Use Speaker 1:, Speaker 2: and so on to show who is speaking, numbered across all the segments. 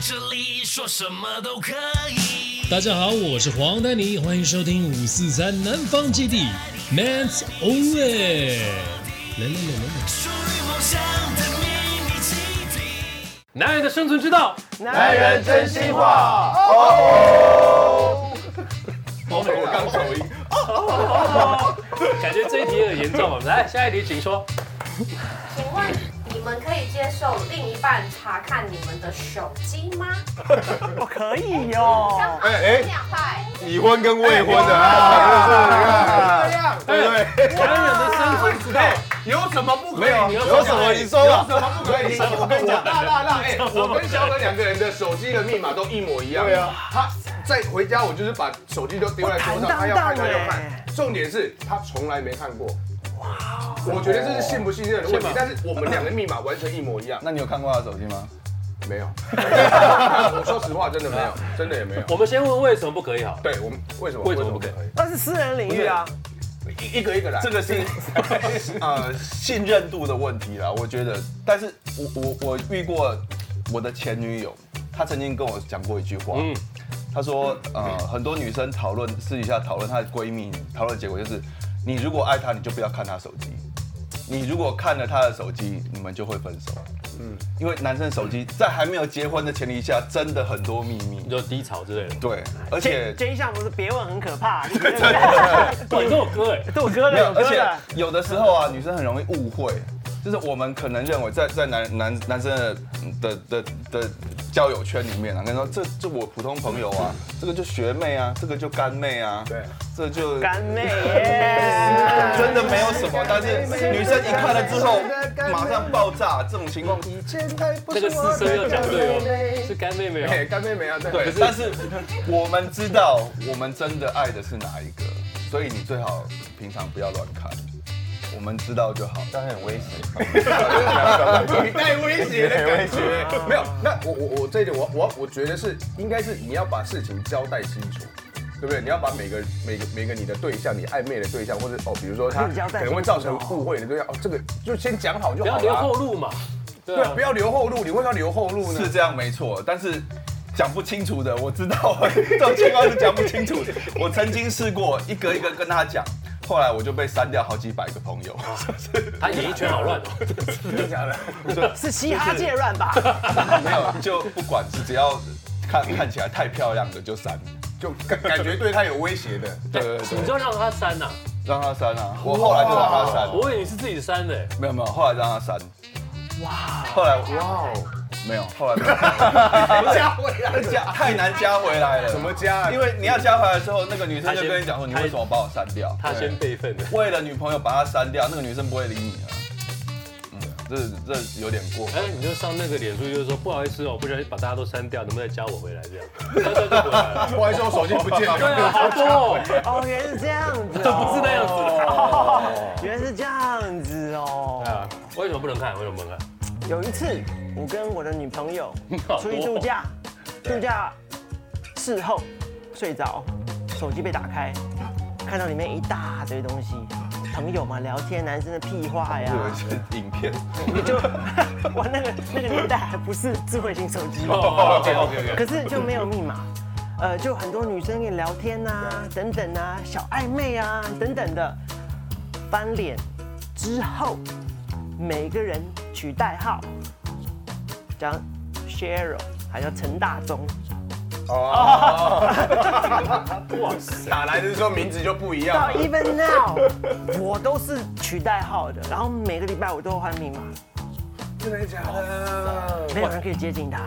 Speaker 1: 这里说什么都可以。
Speaker 2: 大家好，我是黄丹妮，欢迎收听五四三南方基地 Man's Only。来来来来
Speaker 1: 属于梦想的秘密基地。
Speaker 3: 男人的生存之道，
Speaker 4: 男人真心话。
Speaker 3: 哦哦感觉这一题有点严重了。来，下一题请说。
Speaker 5: 请问你们可以接受另一半查看你们的手机 吗？
Speaker 6: 我哦可以哦哟、
Speaker 5: 刚好
Speaker 4: 哎哎
Speaker 5: 是两派，
Speaker 4: 已婚跟未婚的啊，真的是你看，对不对？
Speaker 3: 男人的生存之道，
Speaker 7: 有什么不可以？
Speaker 4: 没有，
Speaker 7: 有
Speaker 4: 有什么你说吧。
Speaker 7: 什么不可以？我跟你讲，大大大，哎，我跟小可两个人的手机的密码都一模一样。
Speaker 4: 对啊，
Speaker 7: 他在回家我就是把手机都丢在桌上，他要看他就看。重点是他从来没看过。我觉得这是信不信任的问题，但是我们两个密码完全一模一样，
Speaker 4: 那你有看过他手机吗？
Speaker 7: 没有。我说实话，真的没有，真的也没有。
Speaker 3: 我们先问为什么不可以好了？
Speaker 7: 对我们为什么
Speaker 3: 为什么不可以？
Speaker 6: 那是私人领域啊，
Speaker 7: 一一个一个来，
Speaker 4: 这个 是呃信任度的问题啦，我觉得。但是我我我遇过我的前女友，她曾经跟我讲过一句话，
Speaker 3: 嗯
Speaker 4: 她说呃很多女生讨论私底下讨论她的闺蜜，讨论的结果就是，你如果爱她，你就不要看她手机。你如果看了她的手机，你们就会分手。嗯，因为男生手机在还没有结婚的前提下，真的很多秘密
Speaker 3: 你。就低潮之类的。
Speaker 4: 对，而且
Speaker 6: 这这一项不是别问很可怕， 你
Speaker 3: 哇，你跟我哥哎，
Speaker 6: 对我哥
Speaker 4: 没
Speaker 6: 的，
Speaker 4: 有，
Speaker 6: 有哥
Speaker 4: 而且
Speaker 6: 的，
Speaker 4: 有的时候啊，女生很容易误会，就是我们可能认为在在男男男生的的的的交友圈里面啊，跟你说这这我普通朋友啊，这个就学妹啊，这个就干妹啊，
Speaker 7: 对，
Speaker 4: 这就
Speaker 6: 干妹耶，
Speaker 4: 真的没有什么，但是女生一看了之后马上爆炸，这种情况
Speaker 3: 这个四声要讲对哦，是干妹妹
Speaker 7: 哎，
Speaker 3: 哦。
Speaker 7: 干妹妹啊，对
Speaker 4: 对，但是我们知道我们真的爱的是哪一个，所以你最好平常不要乱看。我们知道就好，但是很危险。
Speaker 7: 你带威胁的感 觉。没有，那我我我这一点我我我觉得是应该是你要把事情交代清楚。对不对？你要把每个每个每个你的对象，你暧昧的对象，或者哦，比如说他
Speaker 6: 你交代
Speaker 7: 可能会造成误会的对象，哦，这个就先讲好就
Speaker 3: 不要
Speaker 7: 好
Speaker 3: 留后
Speaker 7: 了。啊
Speaker 3: 路嘛。对
Speaker 7: 对
Speaker 3: 啊，
Speaker 7: 不要留后路，你为什么要留后路呢？
Speaker 4: 嗯是这样没错，但是讲不清楚的，我知道 这种情况是讲不清楚的。我曾经试过一个一个跟他讲，后来我就被删掉好几百个朋友。
Speaker 3: 他演艺圈好乱哦。
Speaker 7: 哦真的假的？
Speaker 6: 是嘻哈界 乱吧？
Speaker 4: 没有，就不管是只要看看起来太漂亮的就删，
Speaker 7: 就感感觉对他有威胁的。
Speaker 4: 对对对
Speaker 3: 你，就让他删呐。
Speaker 4: 让他删啊！我后来就让他删，
Speaker 3: 我以为你是自己删的哎。
Speaker 4: 没有没有，后来让他删。哇！后来哇哦，哎没有，后来没有。
Speaker 7: 加回来
Speaker 4: 加 太难加回来了，
Speaker 7: 怎么加？
Speaker 4: 因
Speaker 7: 为
Speaker 4: 为你要加回来之后，那个女生就跟你讲说，你为什么把我删掉？
Speaker 3: 他先备份的。
Speaker 4: 为了女朋友把她删掉，那个女生不会理你了。嗯，这这有点过分。
Speaker 3: 哎，你就上那个脸书，就是说不好意思哦，我不小心把大家都删掉，能不能加我回来这 样？他就回来了。
Speaker 7: 不好意思，我手机不见
Speaker 3: 对啊，
Speaker 7: 了。
Speaker 3: 好多哦，
Speaker 6: 哦，原来是这样子、
Speaker 3: 这不是那样子的。
Speaker 6: 哦，原来是这样子哦。
Speaker 3: 啊，为什么不能看？为什么不能看？
Speaker 6: 有一次，我跟我的女 朋友
Speaker 3: 好
Speaker 6: 出去度假，度假事后睡着，手机被打开，看到里面一大堆东西，朋友嘛聊天，男生的屁话呀，
Speaker 4: 有一些影片，
Speaker 6: 就 我那个那个年代还不是智慧型手机，
Speaker 3: 哦，OK OK OK。
Speaker 6: 可是就没有密码。呃，就很多女生跟你聊天啊，等等啊，小暧昧啊，等等的，翻脸之后，每个人取代号，讲 Cheryl，还叫陈大中，
Speaker 7: 哦打来的时候名字就不一样
Speaker 6: 到
Speaker 7: 了。
Speaker 6: even now，我都是取代号的，然后每个礼拜我都换密码，
Speaker 7: 真的假的？
Speaker 6: 没有人可以接近他，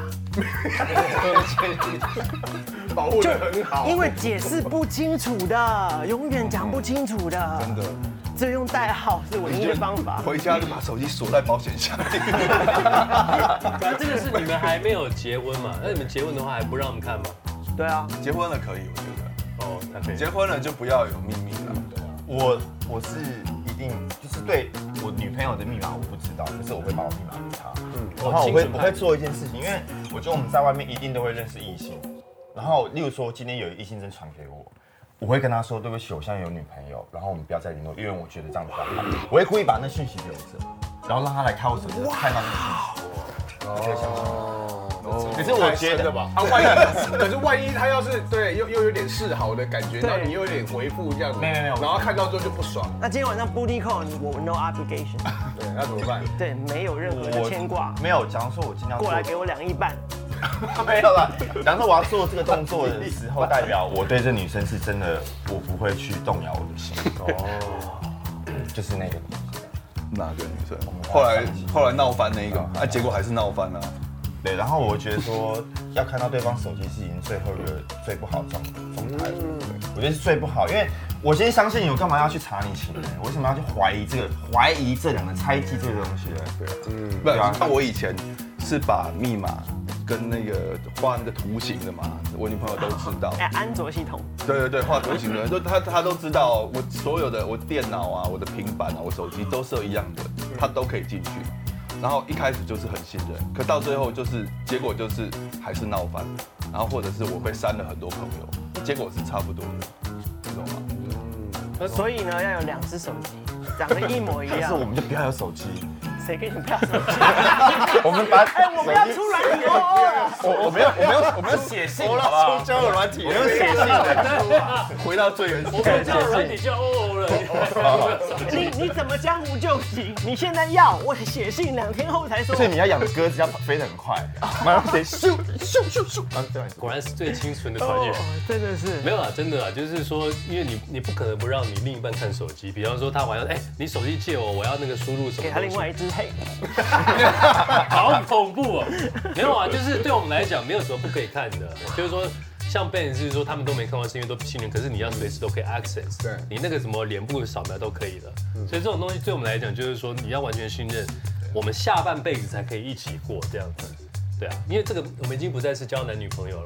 Speaker 7: 保护的 很好。
Speaker 6: 因为解释不清楚的，永远讲不清楚的，
Speaker 4: 真的，
Speaker 6: 只有用代号是唯一的方 法。
Speaker 4: 回家就把手机锁在保险箱里。
Speaker 3: 反正这个是你们还没有结婚嘛？那你们结婚的话还不让我们看吗？
Speaker 6: 对啊，
Speaker 4: 结婚了可以，我觉得
Speaker 3: 哦，那可以。
Speaker 4: 结婚了就不要有秘密了。
Speaker 7: 啊
Speaker 8: 我我是一定就是对我女朋友的密码我不知道，可是我会把我密码给她。嗯，然后我会我会做一件事情，因为我觉得我们在外面一定都会认识异性。然后，例如说今天有异性正传给我，我会跟他说对不起，我现在有女朋友，然后我们不要再联络，因为我觉得这样比较好。我会故意把那讯息留着，然后让他来看我手机，看到那个讯息。
Speaker 7: 哦，
Speaker 8: 可是我觉
Speaker 7: 太深
Speaker 8: 得
Speaker 7: 了吧，啊，万一，可是万一他要是对又又有点示好的感觉，
Speaker 6: 对
Speaker 7: 然后你又有点回复这样子，
Speaker 8: 没有没有
Speaker 7: 然后看到之后就不爽，
Speaker 6: 那今天晚上 Booty Call 我们 no obligation，
Speaker 7: 对，那怎么办？
Speaker 6: 对，没有任何的
Speaker 8: 我
Speaker 6: 牵挂，
Speaker 8: 没有，假如说我今天要做
Speaker 6: 过来给我两亿半。
Speaker 8: 没有啦。假如说我要做这个动作 的时候，代表我对这女生是真的，我不会去动摇我的心。 哦，就是那个东西。
Speaker 4: 哪个女生？后来后来闹翻那一个，啊，结果还是闹翻了、
Speaker 8: 对，然后我觉得说要看到对方手机是已经最后一个最不好的状状态了，对我觉得是最不好，因为我先相信你，我干嘛要去查你情人？我为什么要去怀疑这个怀疑这两个猜忌这个东西呢？对，
Speaker 4: 不
Speaker 8: 对啊
Speaker 4: 是，像我以前是把密码跟那个画那个图形的嘛，我女朋友都知道。
Speaker 8: 啊
Speaker 6: 哎，安卓系统，
Speaker 4: 对对对，画图形的，都她她都知道，我所有的我电脑啊、我的平板啊、我手机都设一样的，
Speaker 8: 嗯
Speaker 4: 她都可以进去。然后一开始就是很信任，可到最后就是结果就是还是闹翻，然后或者是我被删了很多朋友，结果是差不多的，你懂吗？
Speaker 6: 所以呢要有两只手机，长得一模一
Speaker 8: 呃但是我
Speaker 6: 样。
Speaker 8: 们就不要有手机，
Speaker 6: 谁跟你不要手机？
Speaker 8: 我们把
Speaker 6: 哎，我们要出来你哦！
Speaker 8: 我我没有我没有我没有写信，好不好？
Speaker 4: 交友软体，
Speaker 8: 我没有写信的，
Speaker 4: 回到最原始。
Speaker 3: 这样软体就 哦了。
Speaker 6: 你你怎么江湖救急？你现在要我写信，两天后才说。
Speaker 8: 所以你要养的鸽子要飞得很 快，马上写咻咻咻咻，然后这样子
Speaker 3: 果然是最清纯的团
Speaker 6: 哦
Speaker 3: 员。，
Speaker 6: 真的是。
Speaker 3: 没有啊啦，真的啦，就是说，因为你你不可能不让你另一半看手机，比方说他晚上，哎、你手机借我，我要那个输入什么，
Speaker 6: 给他另外一只嘿，
Speaker 3: 好恐怖哦！没有啊，就是对我们来讲，没有什么不可以看的，就是说。像 Ben 是说他们都没看过，是因为都不信任。可是你要随时都可以 access，
Speaker 7: 对
Speaker 3: 你那个什么脸部扫描都可以了。
Speaker 6: 嗯
Speaker 3: 所以这种东西对我们来讲，就是说你要完全信任，我们下半辈子才可以一起过这样子。对啊，因为这个我们已经不再是交男女朋友了，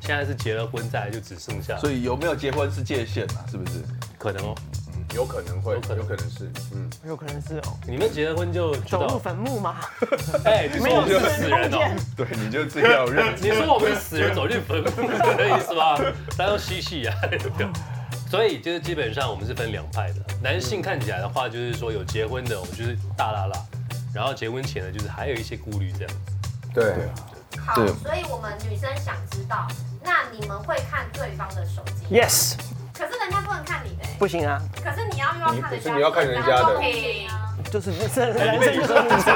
Speaker 3: 现在是结了婚，再来就只剩下
Speaker 4: 所以有没有结婚是界限嘛？是不是？
Speaker 3: 可能哦。
Speaker 7: 有可能会，
Speaker 3: 有可能
Speaker 7: 有可能是，嗯，
Speaker 6: 有可能是哦，
Speaker 3: 你们结了婚就知
Speaker 6: 走入
Speaker 3: 道，
Speaker 6: 坟墓吗？
Speaker 3: 哎，你
Speaker 6: 没
Speaker 3: 说我
Speaker 6: 有
Speaker 3: 们
Speaker 6: 私
Speaker 3: 是死
Speaker 6: 人
Speaker 3: 人
Speaker 6: 空
Speaker 3: 哦、
Speaker 6: 间，
Speaker 4: 对，你就自己要有认知。
Speaker 3: 你说我们是死人走进坟墓的意思吗？他要嬉戏啊，所以就是基本上我们是分两派的。男性看起来的话，就是说有结婚的，我们就是大拉拉；然后结婚前呢，就是还有一些顾虑这样子。
Speaker 7: 对，
Speaker 5: 好
Speaker 4: 对，
Speaker 5: 所以我们女生想知道，那你们会看对方的手机？
Speaker 6: Yes，
Speaker 5: 可是人家不能看你的欸，
Speaker 6: 不行啊，
Speaker 5: 可是你要又要看人
Speaker 7: 可是
Speaker 5: 家，
Speaker 7: 你要看人家的
Speaker 5: 不行啊。
Speaker 6: 就是这人生就是如此，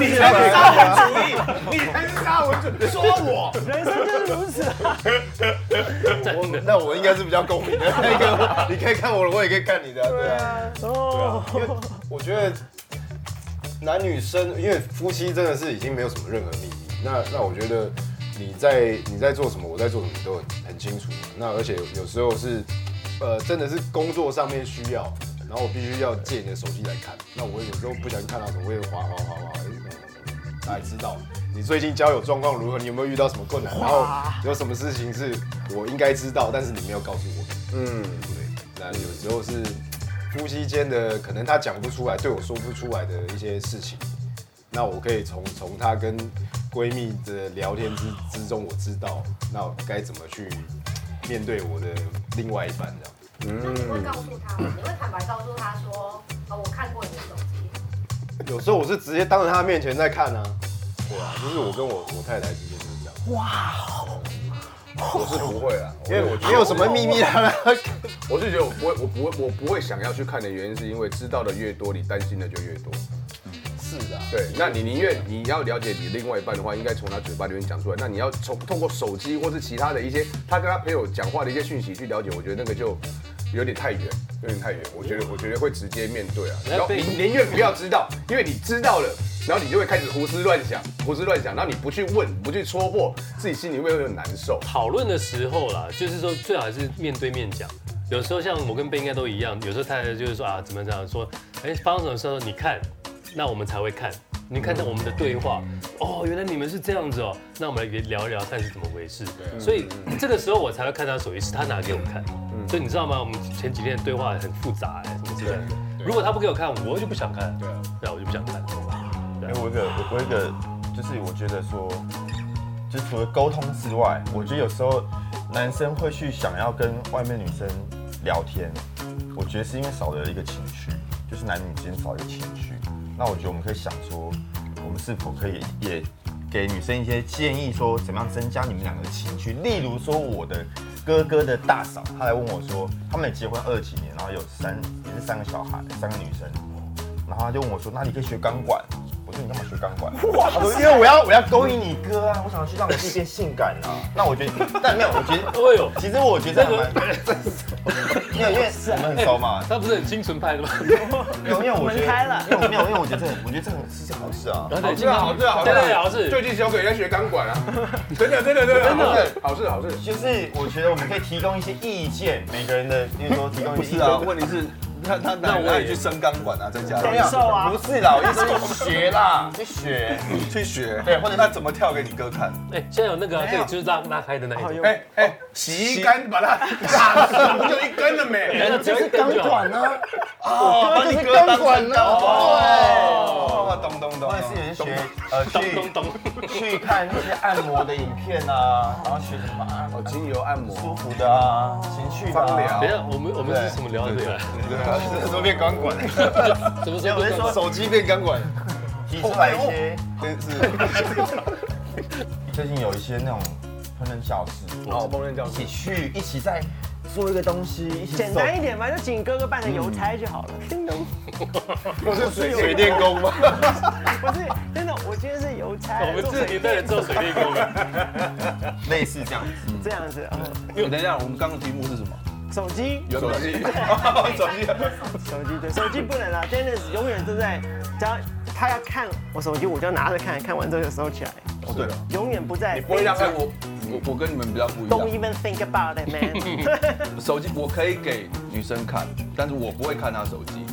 Speaker 7: 你 才是
Speaker 4: 啊
Speaker 7: 沙文主义，你才是沙文主义，说我，
Speaker 6: 人生就是如此。
Speaker 8: 那我应该是比较公平的那个，你可以看我的，我也可以看你的，对啊。
Speaker 6: 哦，
Speaker 9: 因为我觉得男女生，因为夫妻真的是已经没有什么任何秘密。那那我觉得你在你在做什么，我在做什么，你都很很清楚。那而且有时候是，呃，真的是工作上面需要，然后我必须要借你的手机来看。那我有时候不小心看到什么，我也滑滑滑滑，大家知道。你最近交友状况如何？你有没有遇到什么困难？然后有什么事情是我应该知道，但是你没有告诉我？
Speaker 7: 嗯，
Speaker 9: 对，那有时候是夫妻间的，可能他讲不出来，对我说不出来的一些事情，那我可以从从她跟闺蜜的聊天之之中，我知道那我该怎么去面对我的另外一半这样。
Speaker 5: 那你会告诉他
Speaker 7: 嗯
Speaker 5: 吗？你会坦白告诉他说，哦，我看过你的手机，
Speaker 9: 有时候我是直接当着她面前在看啊，对啊，就是我跟我我太太之间就是这样。
Speaker 7: 我是不会啊，
Speaker 9: 因为我没有什么秘密啊，
Speaker 7: 我是觉得我不会，我不会，我不会想要去看的原因，是因为知道的越多，你担心的就越多。
Speaker 9: 是啊，
Speaker 7: 对，那你宁愿你要了解你另外一半的话，应该从他嘴巴里面讲出来。那你要从透过手机或是其他的一些他跟他朋友讲话的一些讯息去了解，我觉得那个就有点太远，有点太远。我觉得我觉得会直接面对啊，然后你宁愿不要知道，因为你知道了，然后你就会开始胡思乱想，胡思乱想，然后你不去问，不去戳破，自己心里会很难受。
Speaker 3: 讨论的时候啦，就是说最好还是面对面讲。有时候像我跟贝应该都一样，有时候太太就是说啊，怎么讲说，哎，发生什么事？你看，那我们才会看。你看到我们的对话，哦，原来你们是这样子哦，那我们来聊一聊看是怎么回事。所以这个时候我才会看他手机，是他拿给我看。所以你知道吗？我们前几天的对话很复杂哎，什么之类的。如果他不给我看，我就不想看。对啊，我就不想看。
Speaker 8: 哎，我有一个，我我有一个，就是我觉得说，就是除了沟通之外，我觉得有时候男生会去想要跟外面女生聊天，我觉得是因为少了一个情绪，就是男女之间少了一个情绪。那我觉得我们可以想说，我们是否可以也给女生一些建议，说怎么样增加你们两个的情趣。例如说，我的哥哥的大嫂，她来问我说，他们也结婚二几年，然后有三也是三个小孩，三个女生，然后她就问我说，那你可以学钢管。我说你干嘛学钢管？哇！她说因为我要我要勾引你哥啊，我想要去让我自己变性感啊。那我觉得，但没有，我觉得，
Speaker 3: 哎呦
Speaker 8: 其实我觉得还蛮， 因为因为我们很熟嘛，
Speaker 3: 他不是很清纯派的吗？
Speaker 8: 没有，因为我觉
Speaker 6: 门开了
Speaker 8: 得，因为我没有，因为我觉得这个，我觉得这个是件好事啊。
Speaker 3: 好
Speaker 7: 这好这好
Speaker 3: 真的好事。
Speaker 7: 最近小鬼在学钢管啊，真的真的真的真的，好事好事。
Speaker 8: 就是我觉得我们可以提供一些意见，每个人的，比如说提供一
Speaker 4: 不
Speaker 8: 些意
Speaker 4: 是
Speaker 8: 见
Speaker 4: 啊，问题是他他哪哪里去升钢管啊，在家
Speaker 8: 没
Speaker 4: 里
Speaker 8: 有
Speaker 6: 感受啊
Speaker 8: 不是啦，我意思是学啦，去学。
Speaker 4: 去学，
Speaker 8: 对或者是
Speaker 4: 他怎么跳给你哥看？哦
Speaker 3: 哎，现在有那个可以就是拉拉开的那一种，
Speaker 7: 哎哎，洗衣杆把它打死，不就一根了
Speaker 8: 哎
Speaker 7: 没？
Speaker 3: 那只有一根就好。
Speaker 8: 呢？
Speaker 4: 哦，你哥钢管呢？
Speaker 8: 啊
Speaker 4: 哦，懂懂懂
Speaker 8: 或者是有人学呃
Speaker 3: 咚咚
Speaker 8: 去
Speaker 3: 咚，
Speaker 8: 去看那些按摩的影片啊，然后学什么啊
Speaker 7: 哦，精油按摩，
Speaker 8: 舒服的啊，情趣的
Speaker 7: 放
Speaker 8: 啊。
Speaker 7: 疗
Speaker 3: 等一，下，我们我们是怎么聊到这个？
Speaker 9: 怎么变钢管？
Speaker 3: 怎么
Speaker 8: 没有，我是
Speaker 3: 说？
Speaker 8: 说
Speaker 9: 手机变 钢管，
Speaker 8: 提出来一些，
Speaker 4: 真是
Speaker 8: 最近有一些那种烹饪教室，
Speaker 7: 哦，烹饪教
Speaker 8: 一起去，一起在做一个东西，一起
Speaker 6: 简单一点嘛，就请哥哥扮成邮差就好了。叮咚，
Speaker 9: 不是水水电工吗？
Speaker 6: 不是真的，我今天是邮差，
Speaker 3: 我们
Speaker 6: 做
Speaker 3: 这个年代人做水电工的，
Speaker 8: 类似这样子。
Speaker 6: 这样子啊。
Speaker 4: 等一下，我们刚刚的题目是什么？哦
Speaker 6: 手机，
Speaker 4: 原本
Speaker 8: 手机
Speaker 6: 手机对，手机不能啊。Dennis 永远都在，只要他要看我手机，我就要拿着看，看完之后就收起来，
Speaker 4: 哦，对了，
Speaker 6: 永远不在。
Speaker 4: 你不会让他我我我跟你们比较不一
Speaker 6: Don't
Speaker 4: 样。
Speaker 6: even think about it, man 。
Speaker 4: 手机我可以给女生看，但是我不会看她手机。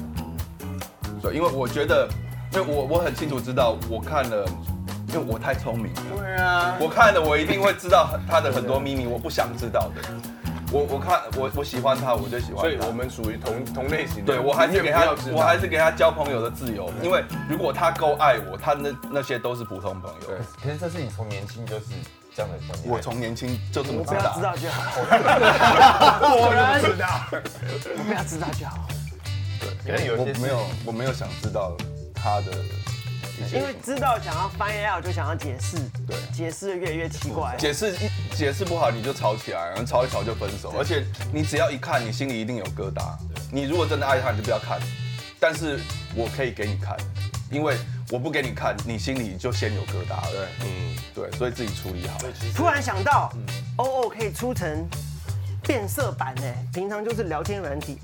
Speaker 4: 对，因为我觉得，因为我我很清楚知道，我看了，因为我太聪明了。
Speaker 8: 对啊，
Speaker 4: 我看了，我一定会知道他的很多秘密，我不想知道的。我我看我我喜欢他，我就喜欢
Speaker 7: 所以
Speaker 4: 他
Speaker 7: 我。们属于同同类型的。
Speaker 4: 对我还是给他
Speaker 7: 你也不要知，道
Speaker 4: 我还是给他交朋友的自由，因为如果他够爱我，他那那些都是普通朋友。
Speaker 8: 可是这是你从年轻就是这样的观念。
Speaker 4: 我从年轻就这么
Speaker 6: 我
Speaker 4: 知
Speaker 6: 不要
Speaker 4: 道
Speaker 6: 知。道就好，
Speaker 7: 果然知道。
Speaker 6: 我不要知道就好。
Speaker 8: 可能有
Speaker 4: 哎我
Speaker 8: 一些是
Speaker 4: 没有，我没有想知道他的
Speaker 6: 因为知道想要 find out 就想要解释，
Speaker 4: 对
Speaker 6: 解释的越来越奇怪。
Speaker 4: 解释，解释不好你就吵起来，然后吵一吵就分手。而且你只要一看，你心里一定有疙瘩。你如果真的爱他，你就不要看。但是我可以给你看，因为我不给你看，你心里就先有疙瘩。对，嗯，对，所以自己处理好。
Speaker 6: 突然想到，O
Speaker 9: 嗯
Speaker 6: O 可以出成变色版呢，平常就是聊 天软体，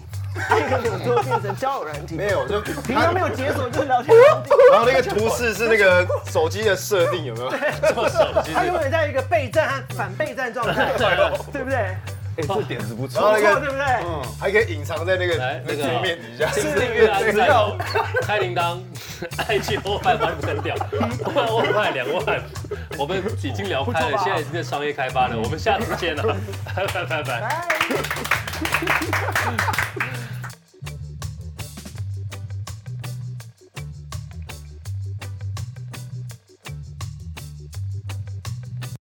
Speaker 6: 按一个钮之后变成交友软体，
Speaker 9: 没有，就
Speaker 6: 平常没有解锁就是聊天软体，
Speaker 9: 然后那个图示是那个手机的设定有没有？
Speaker 6: 他永远在一个备战和反备战状 态，对不对？
Speaker 4: 哎，这点子不
Speaker 9: 然
Speaker 4: 错。
Speaker 9: 哦后那
Speaker 6: 错
Speaker 9: 个嗯
Speaker 6: 对不对？
Speaker 9: 还可以隐藏在那个
Speaker 3: 来
Speaker 9: 那
Speaker 3: 那
Speaker 9: 个界
Speaker 3: 个
Speaker 9: 面底下。
Speaker 3: 新订 阅啊，只要开铃铛， 爱情我把它删掉，万万块两万，我们已经聊开了，现在已经在商业开 发了，我们下次见了，拜拜拜拜。